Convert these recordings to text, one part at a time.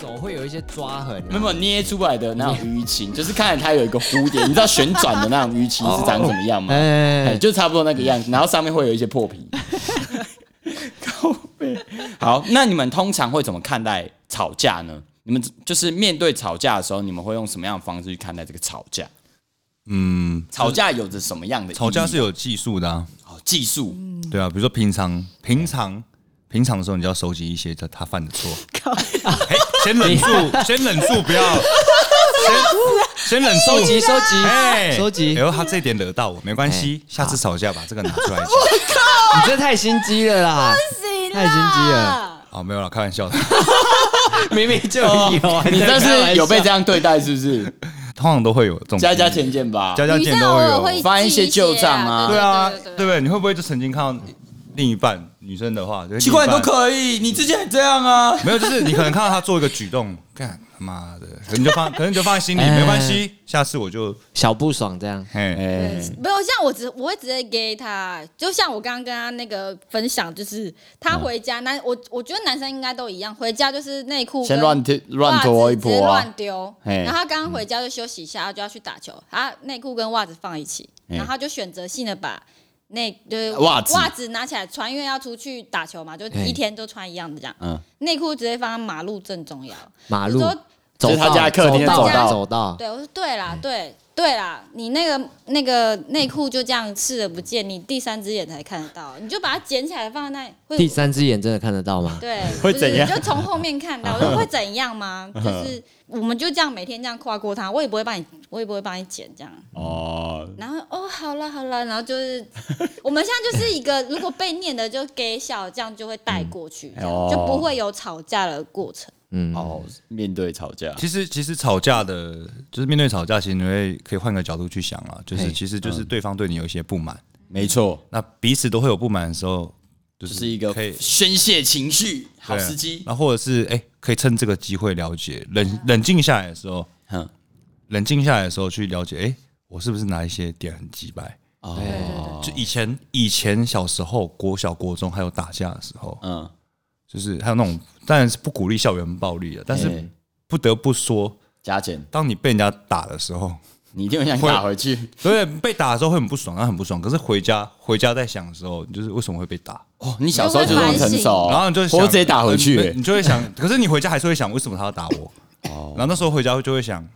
手会有一些抓痕、啊没有没有捏出来的那种淤 青，就是看着它有一个蝴蝶，你知道旋转的那种淤青是长什么样吗？ 哎，哎，就差不多那个样子，然后上面会有一些破皮。 靠背。好，那你们通常会怎么看待吵架呢？你们就是面对吵架的时候，你们会用什么样的方式去看待这个吵架？嗯，吵架有着什么样的意义吵架是有技术的、啊，哦技术，嗯对啊，比如说平常平常平常的时候，你就要收集一些他他犯的 错。哎，先忍住，先忍住，不要，先先忍住，收集收集哎，收集哎然后他这一点惹到我，没关系，下次吵架把这个拿出来讲。你这太心机了啦，太心机了，哦，没有了，开玩笑的。明明就有啊，哦你在但开是玩有被笑这样对待是不 是？通常都会有这种加加钱见吧。家家女见生都偶会尔有，会翻一记些旧账啊对啊，对对不对？你会不会就曾经看到另一半女生的话，就奇怪，你另都一半可以，你之前也这样啊。没有，就是你可能看到他做一个举动， 干他妈的，可能就放，可能就放在 心里，哎没关系，下次我就小不爽这样，嘿，哎，没有像我直我会直接给他，就像我刚刚跟他那个分享，就是嗯他回家男我我觉得男生应该都一样，回家就是内裤先跟乱贴乱袜子拖一直接波乱啊。丢。嘿嗯然后他刚刚回家就休息一下，他就要去打球，他内裤跟袜子放一起，嘿然后他就选择性的把内就是袜子袜子拿起来穿，因为要出去打球嘛，就嘿一天都穿一样的这样。嗯，内裤直接放在马路正中央。马我路说就是他道家客厅的走走道走哦道，对，我说对啦，嗯对对啦，你那个那个内裤就这样视而不见，你第三只眼才看得到，你就把它捡起来放在那里，第会三只眼真的看得到吗？对，会不是怎样你就从后面看到，我说会怎样吗？就是我嗯们就这样每天这样跨过它，我也不会帮你，我也不会帮你捡这样。哦，然后哦，好了好了，然后就是我们现在就是一个，如果被念的就给笑，这样就会带过去，这样哦就不会有吵架的过程。嗯，哦，面对吵架，其实其实吵架的，就是面对吵架，其实你会可以换个角度去想啊，就是嘿其实嗯就是对方对你有一些不满，没错，那彼此都会有不满的时候，就就是一个可以宣泄情绪好对啊时机。嗯那或者是哎、可以趁这个机会了解，冷冷静下来的时候，哼，冷静下来的时候去了解，哎、我是不是哪一些点很鸡掰？哦，就以前以前小时候，国小、国中还有打架的时候，嗯，就是还有那种，当然是不鼓励校园暴力啊的，但是哎不得不说，加减，当你被人家打的时候， 你一定会想打回去。对，被打的时候会很不爽，啊那很不爽。可是回家回家在想的时候，你就是为什么会被打？哦，你小时候就这么成熟哦，然后你就会想呃我直接打回去你欸。你就会想，可是你回家还是会想，为什么他要打 我？然后那时候回家就会想，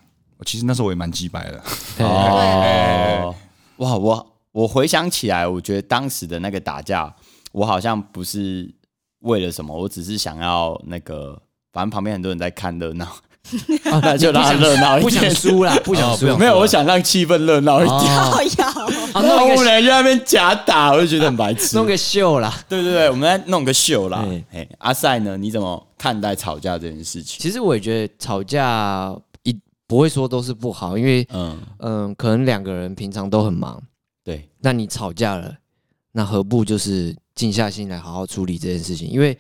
其实那时候我也蛮鸡掰的。嗯哦，哇，我我回想起来，我觉得当时的那个打架，我好像不是为了什么，我只是想要那个，反正旁边很多人在看热 闹，啊那就让它热闹一不想点。输啦，不想输哦不想，没有，我想让气氛热闹一点。 哦，要啊然后弄一我们个俩就在那边假打，我就觉得很白痴。弄个秀啦。对对对，我们来弄个秀啦嗯。哎，阿赛呢？你怎么看待吵架这件事情？其实我也觉得吵架一不会说都是不好，因为嗯，嗯，可能两个人平常都很忙，对，那你吵架了，那何不就是静下心来好好处理这件事情？因为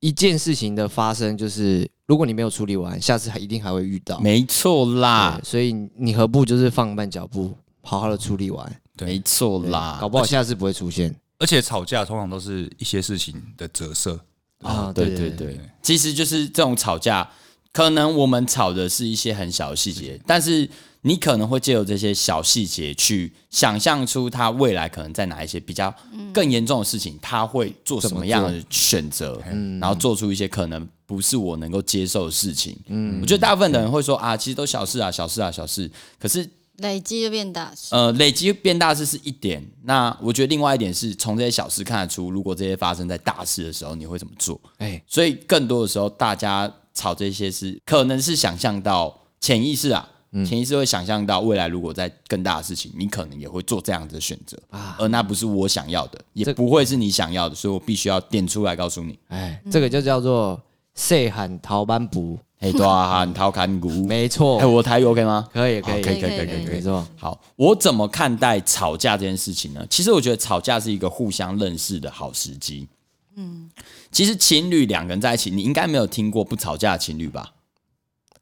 一件事情的发生，就是如果你没有处理完，下次还一定还会遇到。没错啦对，所以你何不就是放慢脚步，好好的处理完，对没错啦，搞不好下次不会出现。而且吵架通常都是一些事情的折射，啊啊，对对对对，其实就是这种吵架，可能我们吵的是一些很小的细节，但是你可能会借由这些小细节去想象出他未来可能在哪一些比较更严重的事情，他会做嗯什么样的选择，然后做出一些可能不是我能够接受的事情。嗯，我觉得大部分的人会说啊，其实都小事啊，小事啊，小事。可是累积就变大事。呃，累积变大事是一点，那我觉得另外一点是从这些小事看得出，如果这些发生在大事的时候，你会怎么做？哎，所以更多的时候，大家吵这些事，可能是想象到潜意识啊，嗯潜意识会想象到未来如果在更大的事情，你可能也会做这样子的选择啊而那不是我想要的，也这不会是你想要的，所以我必须要点出来告 诉你。哎，这个就叫做岁喊逃班补，嘿，多啊哈，你掏砍骨，没错哎，，我台语 OK 吗？可以好可以可以可以可以可以没错，好，我怎么看待吵架这件事情呢？其实我觉得吵架是一个互相认识的好时机。嗯，其实情侣两个人在一起，你应该没有听过不吵架的情侣吧？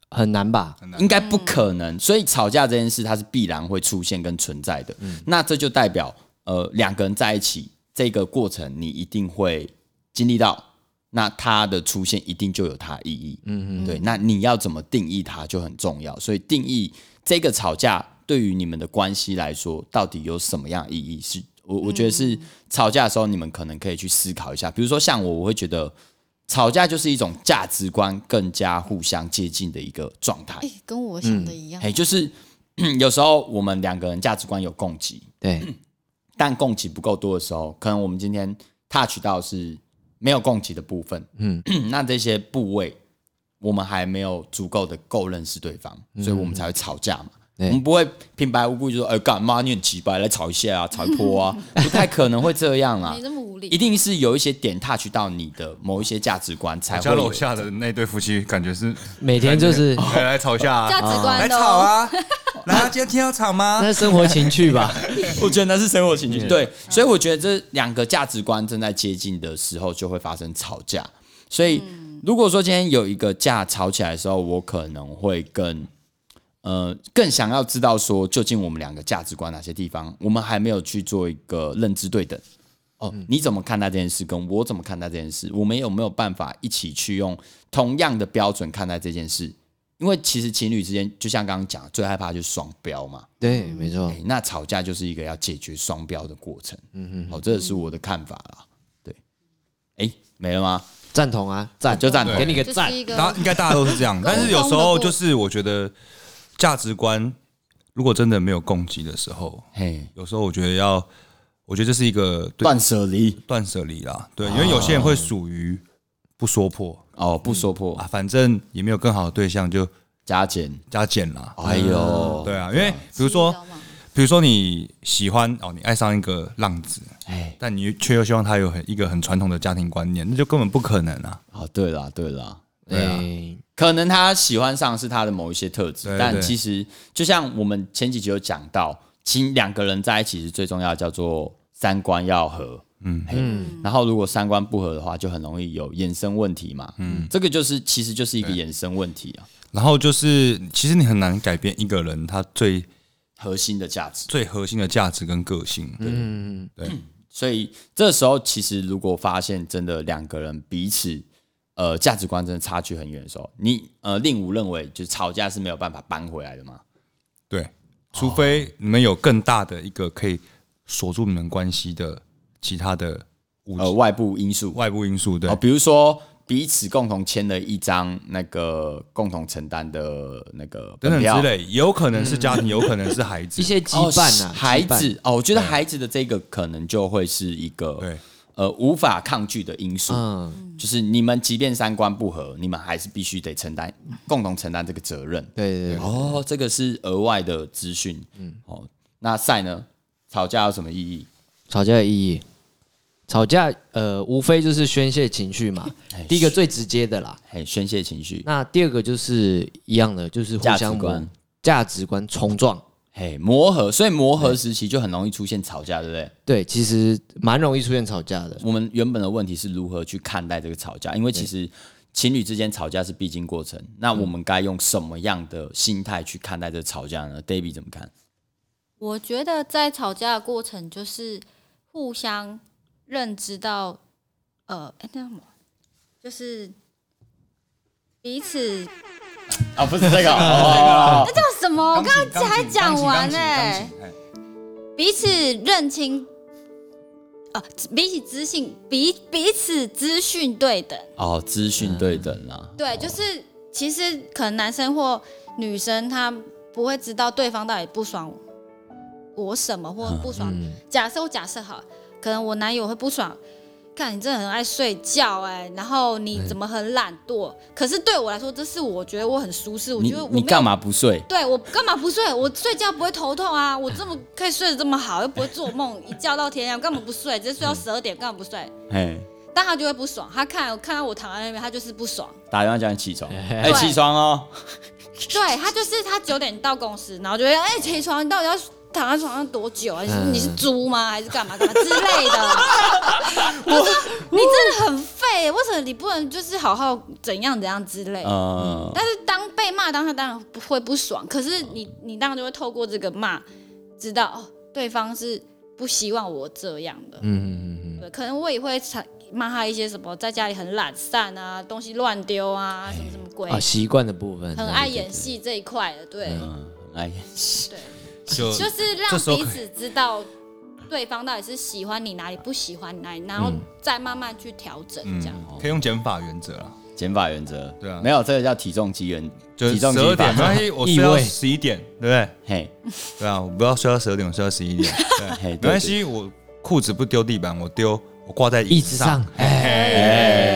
很难吧？应该不可能。所以吵架这件事，它是必然会出现跟存在的。那这就代表，呃，两个人在一起这个过程，你一定会经历到。那它的出现一定就有它意义。嗯嗯，对。那你要怎么定义它就很重要，所以定义这个吵架对于你们的关系来说，到底有什么样的意义？是我我觉得是吵架的时候，你们可能可以去思考一下。比如说像我，我会觉得吵架就是一种价值观更加互相接近的一个状态。哎，跟我想的一样。哎，就是 有时候我们两个人价值观有共集，对，但供给不够多的时候，可能我们今天 touch 到是没有供给的部分，嗯， 那这些部位我们还没有足够的够认识对方，所以我们才会吵架嘛。我对们不会平白无故就说，哎、干妈你很奇白，来吵一下啊，吵一波 啊，不太可能会这样啊没。那么无一理，定是有一些点 touch 到你的某一些价值观，才我会家有楼下的那对夫妻感觉是每天就是来来吵架啊，价值观哦来都吵啊，来啊，今天要吵吗那？是生活情趣吧？ 我觉得那是生活情趣。对，所以我觉得这两个价值观正在接近的时候，就会发生吵架。所以，如果说今天有一个架吵起来的时候，我可能会更呃更想要知道说，究竟我们两个价值观哪些地方，我们还没有去做一个认知对等。哦，你怎么看待这件事，跟我怎么看待这件事，我们有没有办法一起去用同样的标准看待这件事？因为其实情侣之间，就像刚刚讲的，最害怕就是双标嘛。对，没错哎，，那吵架就是一个要解决双标的过程。嗯嗯，好，这是我的看法啦。对，哎，没了吗？赞同啊，赞就赞同给你个就赞是。一个大家应该大家都是这样，但是有时候就是我觉得价值观如果真的没有共给的时候，嘿，有时候我觉得要，我觉得这是一个对断舍离断舍离啦，对，因为有些人会属于不说破哦，不说破，啊，反正也没有更好的对象就加减。加减啦。哎呦，对啊，因为比如说你知道，吗比如说你喜欢哦，你爱上一个浪子，哎，但你却又希望他有很一个很传统的家庭观念，那就根本不可能啊。哦，对啦，对啦。对啊哎可能他喜欢上是他的某一些特质，对但对其实就像我们前几集有讲到，其实两个人在一起是最重要的，叫做三观要合。嗯嗯，然后如果三观不合的话，就很容易有衍生问题嘛。嗯，这个就是其实就是一个衍生问题啊，然后就是，其实你很难改变一个人他最核心的价值。最核心的价值跟个性。嗯，所以这时候，其实如果发现真的两个人彼此呃价值观真的差距很远的时候，你呃令吾认为就是吵架是没有办法扳回来的嘛。对，除非你们有更大的一个可以锁住你们关系的其他的物呃，质外部因素外部因素，对哦，，比如说彼此共同签了一张那个共同承担的那个等本等票之类，有可能是家庭，有可能是孩子一。些羁哦绊啊，孩羁绊子哦，我觉得孩子的这个可能就会是一个对，呃无法抗拒的因素。嗯，就是你们即便三观不合，你们还是必须得承担共同承担这个责任。对对对，哦，这个是额外的资讯。嗯，哦，那赛呢？吵架有什么意义？吵架的意义，吵架呃，无非就是宣泄情绪嘛。第一个最直接的啦，嘿，宣泄情绪，那第二个就是一样的，就是互价值相磨观价值观冲撞。嘿，磨合，所以磨合时期就很容易出现吵架，对不对？对，其实蛮容易出现吵架的。我们原本的问题是如何去看待这个吵架，因为其实情侣之间吵架是必经过程，那我们该用什么样的心态去看待这个吵架呢？David 怎么看？我觉得在吵架的过程，就是互相认知到，呃，哎、那叫什么，就是彼此啊，不是这个， 哦，叫什么？我刚刚才还讲完哎、彼此认清，呃，彼此知信，彼彼此资讯对等。哦，资讯对等啦，对，就是其实可能男生或女生他不会知道对方到底不爽我什么，嗯或不爽。假设我假设好，可能我男友会不爽，看你真的很爱睡觉哎、然后你怎么很懒惰？可是对我来说，这是我觉得我很舒适，我觉你得我没你有干嘛不睡？对我干嘛不睡？我睡觉不会头痛啊！我这么 可以睡得这么好，又不会做梦，一觉到天亮，干嘛不睡？直接睡嗯到十二点，干嘛不睡？嘿。但他就会不爽，他看看到我躺在那边，他就是不爽。打电话叫你起床，哎、对起床哦！对他就是他九点到公司，然后就会哎、起床，你到底要躺在床上多久啊？你是你是猪吗？还是干嘛干嘛之类的？我说你真的很废，为什么你不能就是好好怎样怎样之类嗯的？呃，但是当被骂当下当然不会不爽，可是你你当然就会透过这个骂，知道哦对方是不希望我这样的。嗯嗯嗯嗯，对，么，可能我也会惨骂他一些什么，在家里很懒散啊，东西乱丢啊，什么什么鬼，啊，习惯的部分，很爱演戏这一块的，对嗯，哎，对，就就是呃这让时候彼可以此知道对方到底是喜欢你哪里，不喜欢你哪里，然后再慢慢去调整这样。嗯，可以用减法原则啦，减法原则，对啊没有这个叫体重机原，就体是重十机二点，没法，关系，我异睡到味十一点，对不对？ 嘿，对啊，我不要睡到十二点，我睡到十一点，对，嘿，没对关，系，我裤子不丢地板，我丢，我挂在椅椅子子上上，，哎，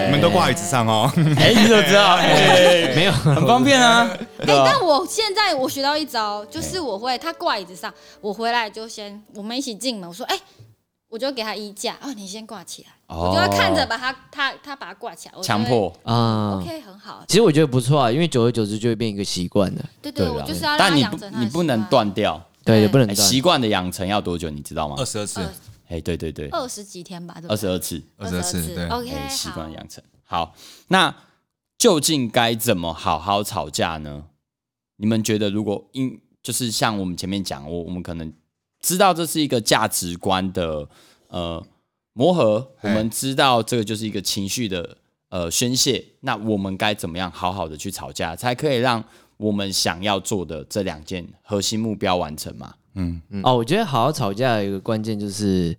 你们都挂椅子上哦。对哎，你怎么知道？哎没有，很方便啊，对哎、啊但我现在我学到一招，就是我会他挂椅子上，我回来就先我们一起进门，我说哎、我就给他衣架，哦，你先挂起来，我就要看着吧，把他他他把他挂起来，我就强会迫。啊， OK 很好，其实我觉得不错啊，因为久而久之就会变一个习惯的，对对，对我啦就是要让但他你养不成他的你不能习惯。断掉，对，也不能哎断。习惯的养成要多久，你知道吗二？十二次，哎，对对对，二十几天吧，对不二对？十二次，二十二次，对， ，OK，哎，习惯好养成。好，那究竟该怎么好好吵架呢？你们觉得，如果因就是像我们前面讲，我我们可能知道这是一个价值观的呃磨合，我嘿们知道这个就是一个情绪的呃宣泄，那我们该怎么样好好的去吵架，才可以让我们想要做的这两件核心目标完成嘛？嗯，嗯哦，我觉得好好吵架有一个关键就是，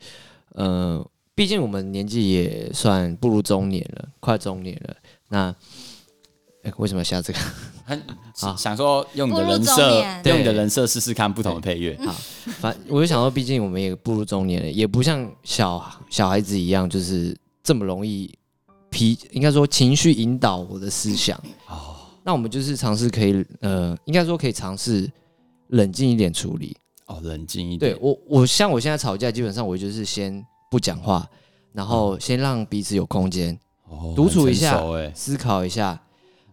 呃，毕竟我们年纪也算步入中年了，快中年了。那、哎为什么要下这个？ 很好想说用你的步入人中设，年嗯用你对的人设试试看不同的配乐。好，反我就想说，毕竟我们也步入中年了，也不像小小孩子一样，就是这么容易脾，应该说情绪引导我的思想。哦，那我们就是尝试可以，呃，应该说可以尝试冷静一点处理。哦，冷静一点。对我，我像我现在吵架，基本上我就是先不讲话，然后先让彼此有空间嗯哦独处一下很成熟哎，思考一下，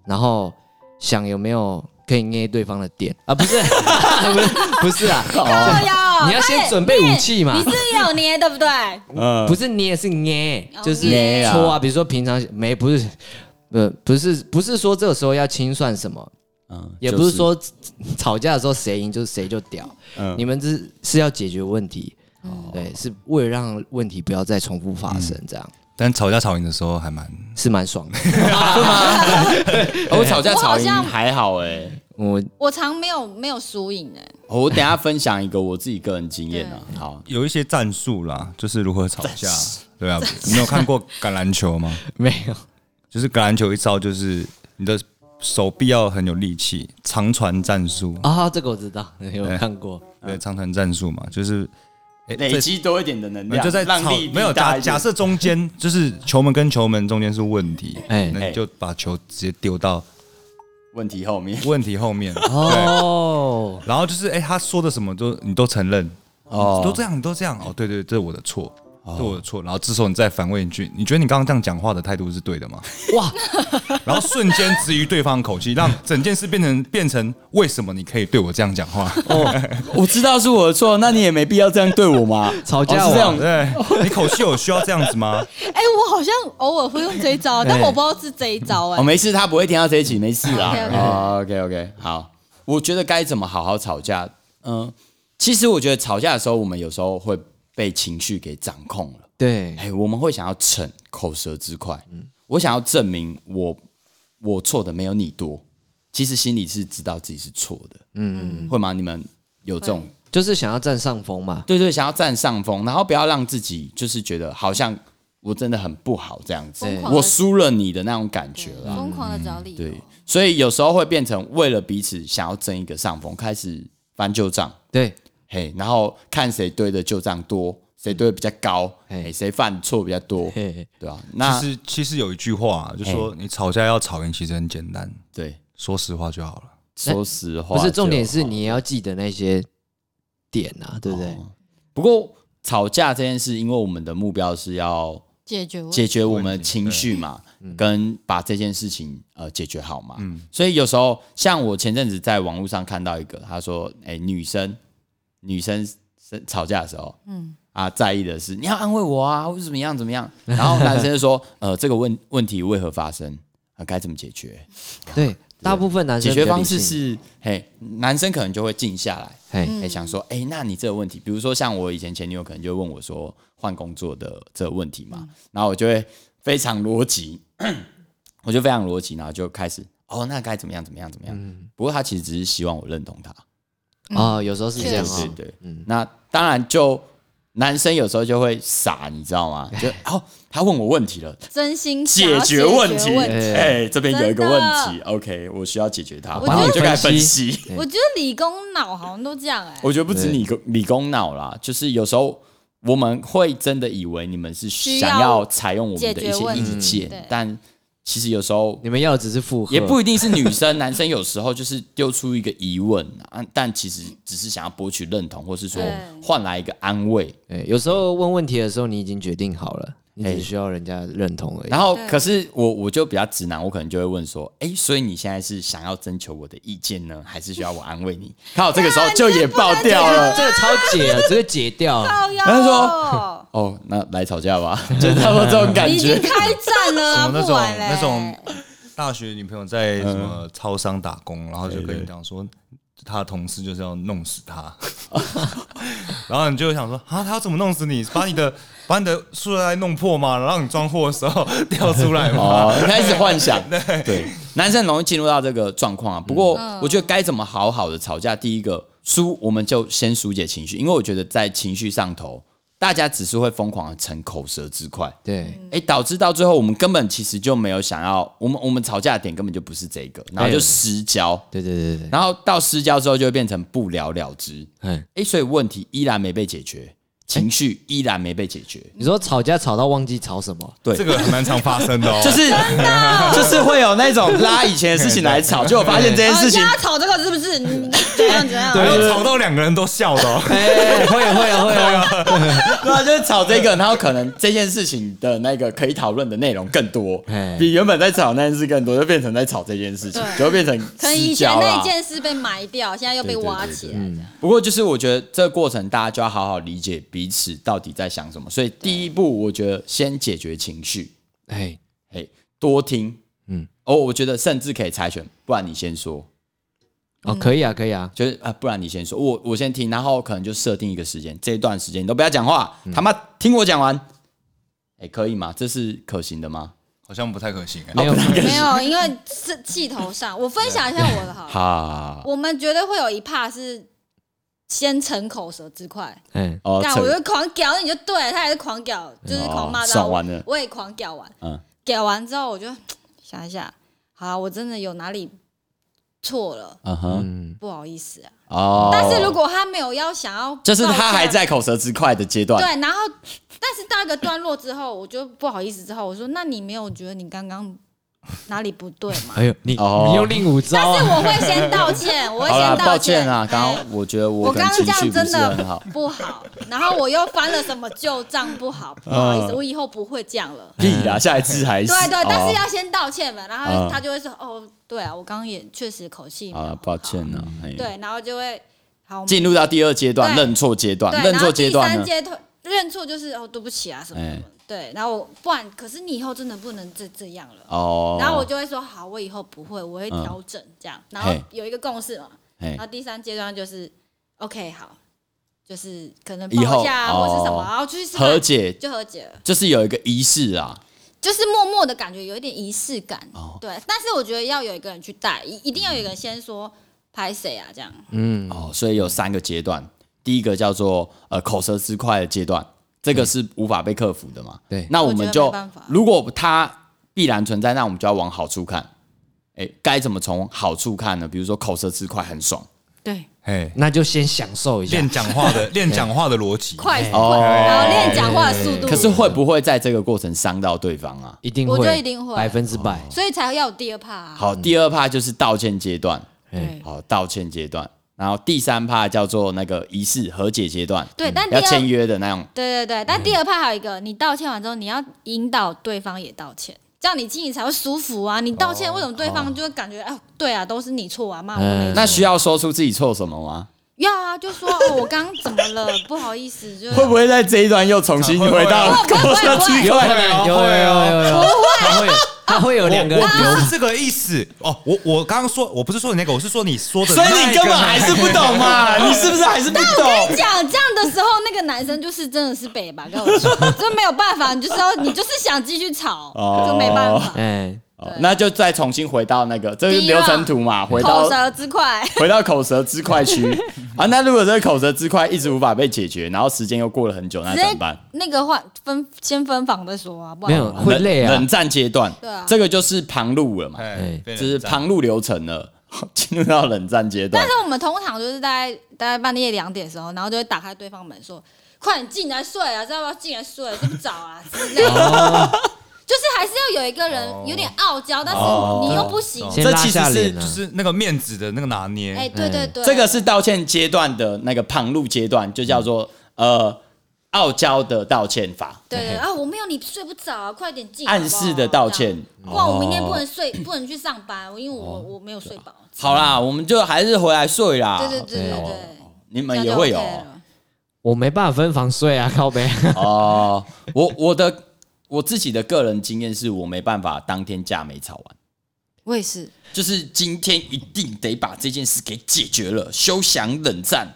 然后想有没有可以捏对方的点啊？不是， 不是，不是啊！哦哎呦，你要先准备武器嘛哎 你，是有捏对不对？嗯不是捏是捏，哦就是捏啊搓啊。比如说平常没不是，呃，不是不是说这个时候要清算什么，嗯也不是，说吵架的时候谁赢就谁就屌，嗯你们是是要解决问题，对，是为了让问题不要再重复发生，这样但吵架吵赢的时候还蛮，嗯是蛮爽的。 就是哎我吵架我吵好赢像还好哎、 我我常没有没有输赢哎，我等一下分享一个我自己个人经验啊。好，有一些战术啦，就是如何吵架，对啊，你有看过橄榄球 吗？没有，就是橄榄球一招就是你的手臂要很有力气，长传战术，啊、这个我知道， 有看 过。对，长传战术嘛，就是哎累这积多一点的能你量，就在让吵力没有假假设设中 间就是球门跟球门中间是问题，哎那你就把球直接丢到问题后面问题后面，对，哦，然后就是哎、他说的什么都你都承认，哦哦，都这样，你都这样，哦，对对，这是我的错，这是我的错，然后这时候你再反问一句，你觉得你刚刚这样讲话的态度是对的吗？哇，然后瞬间质疑对方口气，让整件事变成变成为什么你可以对我这样讲话？ 我知道是我的错，那你也没必要这样对我 嘛。吵架哦是这样，对，你口气有需要这样子吗？哎，我好像偶尔会用这 一招，但我不知道是这一招哦，哎。没事，他不会听到这一集，没事 啦。 OK，OK 哦 OK OK，好，我觉得该怎么好好吵架？嗯，其实我觉得吵架的时候，我们有时候会被情绪给掌控了。对，哎、我们会想要逞口舌之快，我想要证明我我错的没有你多，其实心里是知道自己是错的，嗯，会吗？你们有这种就是想要占上风嘛。对对，想要占上风，然后不要让自己就是觉得好像我真的很不好这样子疯，狂地我输了你的那种感觉啦，疯狂的找理由，对，所以有时候会变成为了彼此想要争一个上风，开始翻旧账，对，嘿，然后看谁堆的旧账多，谁堆的比较高，嘿嘿，谁犯错比较多，嘿，对啊？那其实其实有一句话、就说你吵架要吵赢，其实很简单，对，说实话就好了。说实话不就好，是重点是你也要记得那些点啊，哦对不对？不过吵架这件事，因为我们的目标是要解决问题嗯解决我们的情绪嘛，跟把这件事情呃解决好嘛。嗯所以有时候像我前阵子在网络上看到一个，他说：“哎、女生女生生吵架的时候，嗯啊，在意的是你要安慰我啊，或者怎么样怎么样。”然后男生就说：“呃，这个问问题为何发生？啊，该怎么解决？对，大部分男生解决方式比较理性，是，嘿，男生可能就会静下来。”哎、哎、想说，哎、那你这个问题，比如说像我以前前女友可能就问我说，换工作的这个问题嘛，然后我就会非常逻辑， 我就非常逻辑，然后就开始哦，那该怎么样怎么样怎么样。嗯不过他其实只是希望我认同他，啊，有时候是这对样对啊，对，那当然就男生有时候就会傻，你知道吗？ 就哦，他问我问题了，真心想解要决问问题，哎、这边有一个问题，OK，我需要解决它，我然后觉我得就开始分分析。我觉得理工脑好像都这样哎、我觉得不止理工理工脑啦，就是有时候我们会真的以为你们是想要采用我们的一需些要解决意问见，对但其实有时候你们要的只是附和，也不一定是女生，男生有时候就是丢出一个疑问啊，但其实只是想要博取认同，或是说对换来一个安慰。对，有时候问问题的时候你已经决定好了，你哎只需要人家认同而已。然后对，可是我我就比较直男，我可能就会问说，哎，所以你现在是想要征求我的意见呢，还是需要我安慰你？看我这个时候就也爆掉 了。这个超解了，直接解掉。啊靠腰哦他说哦，那来吵架吧， 就差不多这种感已经觉。开战了 啊，什么那不种玩嘞、那种大学女朋友嗯在什么超商打工，然后就跟你讲说，她的同事就是要弄死她， 然后你就想说啊，他要怎么弄死你？把你的把你的塑料袋弄破吗？然后让你装货的时候 掉出来吗？哦，开始幻想，对，男生很容易进入到这个状况啊。不过，我觉得该怎么好好的吵架，第一个疏，我们就先疏解情绪，因为我觉得在情绪上头，大家只是会疯狂的逞口舌之快，对，哎、导致到最后，我们根本其实就没有想要，我们我们吵架的点根本就不是这个，然后就失焦，对对对对对，然后到失焦之后就会变成不了了之，嗯，哎、所以问题依然没被解决，情绪依然没被解决，你说吵架吵到忘记吵什么，对这个很蛮常发生的哦。就是 就是会有那种拉以前的事情来 吵，结果发现这件事情哦要吵这个是不是？ 你怎样怎样？还有吵到两个人都笑的哦，哎，会啊会啊会啊， 对啊，就是吵这个，然后可能这件事情的那个可以讨论的内容更多哎，比原本在吵那件事更多，就变成在吵这件事情，对就会变成可能私以前交啊那啦一。件事被埋掉，现在又被挖起来。不过就是我觉得这个过程大家就要好好理解彼此到底在想什么，所以第一步我觉得先解决情绪，哎，哎，多听，嗯嗯，哦，我觉得甚至可以猜拳，不然你先说，哦，可以啊可以啊，就是啊、不然你先说，我我先听，然后可能就设定一个时间，这一段时间你都不要讲话，嗯他妈听我讲完，哎、可以吗？这是可行的吗？ 好像不太可行哎。没有没有，因为是气头上。我分享一下我的 好了，哈，我们绝对会有一怕是先逞口舌之快，哎，哦，干成我就狂屌你就对了，他也是狂屌，就是狂骂哦脏爽话完了，我也狂屌完，嗯屌完之后我就想一下，好啊，我真的有哪里错了，嗯哼，嗯，不好意思啊。哦，但是如果他没有要想要，就是他还。在口舌之快的阶段，对，然后但是到一个段落之后，我就不好意思，之后我说，那你没有觉得你刚刚哪里不对 吗？哎呦，你哦你又另五招但是啊，我会先道歉，我会好啦，先抱道歉啊，啊，刚哎刚我觉得我我可刚能刚这情绪样不真是很好 的，不好，然后我又翻了什么旧账，不好，不好意嗯思，我以后不会这样了。屁啦，下一次还是对对，但是哦要先道歉嘛，然嗯后他就会说，哦，对啊，我刚刚也确实口气没好有了，很抱歉好。啊，嘿对，然后就会好，我们进入到第二阶段对认错阶段，对，认然错后阶第段哎三呢，阶段认错就是哦，对不起啊什么什么。对，然后我不然，可是你以后真的不能再这样了。哦，嗯然后我就会说好，我以后不会，我会调整这样。然后嘿有一个共识嘛。嘿然后第三阶段就是 OK 好，就是可能以后抱一下啊或是什么哦，然后就是和解就和解了，就是有一个仪式啊，就是默默的感觉有一点仪式感。哦对，但是我觉得要有一个人去带，一一定要有一个人先说拍谁啊这样。嗯，哦，所以有三个阶段，第一个叫做呃口舌之快的阶段，这个是无法被克服的嘛。对那我们就我觉得没办法如果它必然存在，那我们就要往好处看。哎，该怎么从好处看呢？比如说口舌之快很爽对，哎，那就先享受一下练，讲话的练讲话的逻辑，快速，哦然后练讲话的速度。可是会不会在这个过程伤到对方啊？一定我会，觉得一定会百分之百，所以才要有第二趴、啊。好，第二趴就是嗯道歉阶段，哎对，好，道歉阶段，然后第三趴叫做那个仪式和解阶段，嗯对但第要二签约的那种。对对对，但第二派还有一个，你道歉完之后，你要引导对方也道歉，这样你心里才会舒服啊。你道哦歉，为什么对方就会感觉，哎、对啊，都是你错啊，骂我没嗯那需要说出自己错什么吗？要啊，就说哦，我刚刚怎么了？不好意思，就会不会在这一段又重新回到不会不会口舌之不会快？有有有有有，他会他会有有两个我理我由啊不是这个意思哦，我我刚刚说，我不是说你那个，我是说你说的所那个，以你根本还是不懂嘛？你是不是还是不懂？讲这样的时候，那个男生就是真的是北吧，跟我说，就没有办法，你就是要你就是想继续吵，哦就没办法。哎，哦那就再重新回到那个，这是流程图嘛？回到口舌之 快，回到口舌之快区 啊。那如果这个口舌之快一直无法被解决，然后时间又过了很久，那直怎么接办？那个换分先分房再说啊，不没然有会冷累啊冷。战阶段，对啊这个就是旁路了嘛，哎，就变成是这样旁路流程了，进入到冷战阶段但。是我们通常就是大概大概半夜两点的时候，然后就会打开对方门说：“快点进来睡啊，知道吗？进来睡，睡不着 啊之类的。哦就是还是要有一个人有点傲娇，但是哦你又不行。先这拉其实下是脸就啊，是那个面子的那个拿捏，哎，对对对，这个是道歉阶段的那个旁路阶段，就叫做呃傲娇的道歉法，对对啊，我没有你睡不着啊，快点进来。暗示的道歉。哦好不好，不然我明天不能睡， 不能去上班，因为我我没有睡饱。好啦，我们就还是回来睡啦。嗯对对对对好对，啊哦你这们样就也会有 OK 了我没办法分房睡啊，靠背。哦。我我的我自己的个人经验是我没办法当天架没吵完，我也是，就是今天一定得把这件事给解决了，休想冷战。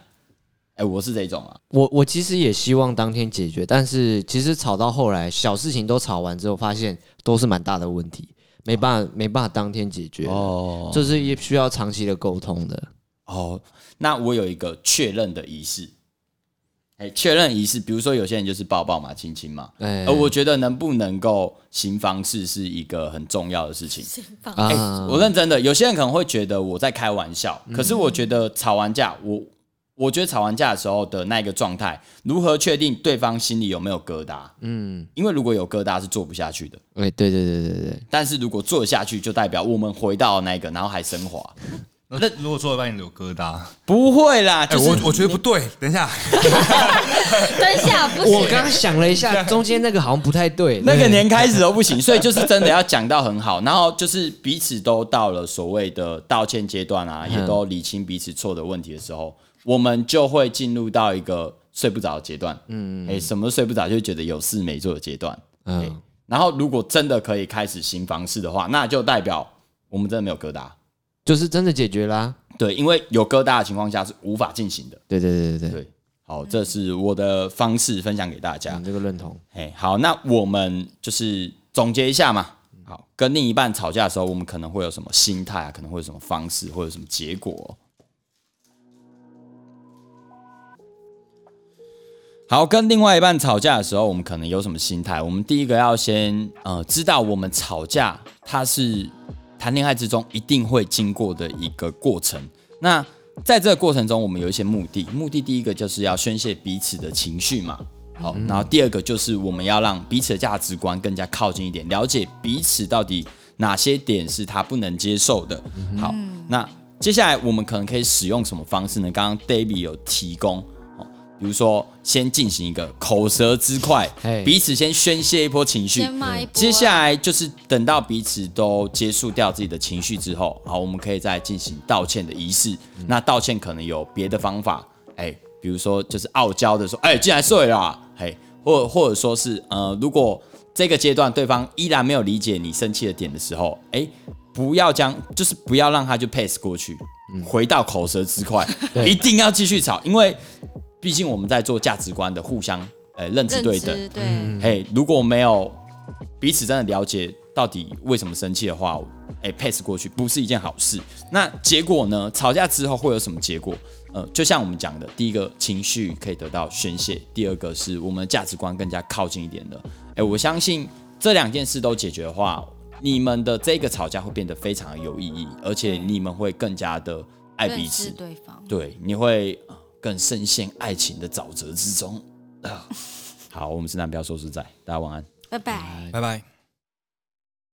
哎，我是这种啊，我我其实也希望当天解决，但是其实吵到后来，小事情都吵完之后，发现都是蛮大的问题，没办法没办法当天解决。哦这是也需要长期的沟通的。哦，那我有一个确认的仪式。哎，确认仪式，比如说有些人就是抱抱嘛、亲亲嘛，哎而我觉得能不能够行房事是一个很重要的事情。啊哎、我认真的，有些人可能会觉得我在开玩笑，可是我觉得吵完架，我我觉得吵完架的时候的那一个状态，如何确定对方心里有没有疙瘩？嗯，因为如果有疙瘩是做不下去的，哎，对对对对对，但是如果做得下去，就代表我们回到那个，然后还升华，那如果说到一半你有疙瘩，不会啦，哎，就是、我我觉得不对，等一下， 等一下，不我行，刚想了一 下，中间那个好像不太对。那个连开始都不行，所以就是真的要讲到很好，然后就是彼此都到了所谓的道歉阶段啊，也都理清彼此错的问题的时候，我们就会进入到一个睡不着的阶段。嗯，哎、什么睡不着就觉得有事没做的阶段。哎嗯，然后如果真的可以开始新方式的话，那就代表我们真的没有疙瘩。就是真的解决啦。对，因为有疙瘩的情况下是无法进行的。对对对对对，对，好，这是我的方式分享给大家。讲这个认同。哎，好，那我们就是总结一下嘛。好，跟另一半吵架的时候，我们可能会有什么心态啊？可能会有什么方式，或者什么结果哦、好，跟另外一半吵架的时候，我们可能有什么心态？我们第一个要先呃，知道我们吵架，它是谈恋爱之中一定会经过的一个过程。那在这个过程中，我们有一些目的，目的第一个就是要宣泄彼此的情绪嘛。好，然后第二个就是我们要让彼此的价值观更加靠近一点，了解彼此到底哪些点是他不能接受的。好，那接下来我们可能可以使用什么方式呢？刚刚 David 有提供哦，比如说先进行一个口舌之快嘿，彼此先宣泄一波情绪，先骂一波啊接下来就是等到彼此都结束掉自己的情绪之后，好，我们可以再进行道歉的仪式。那道歉可能有别的方法，哎、比如说就是傲娇的说，哎、进来睡了啊，哎、或或者说是呃，如果这个阶段对方依然没有理解你生气的点的时候，哎、不要将，就是不要让他就 pass 过去，回到口舌之快，一定要继续吵，因为毕竟我们在做价值观的互相，呃，认知认对等，嗯知对，嘿，如果没有彼此真的了解到底为什么生气的话，哎、p a s s 过去不是一件好事。那结果呢？吵架之后会有什么结果？呃，就像我们讲的，第一个情绪可以得到宣泄，第二个是我们的价值观更加靠近一点的。哎、我相信这两件事都解决的话，你们的这个吵架会变得非常的有意义，而且你们会更加的爱彼认此识。对方，对，你会呃更深陷爱情的啊沼泽之中。好，我们是男不要说实在，大家晚安。拜拜。哎拜拜。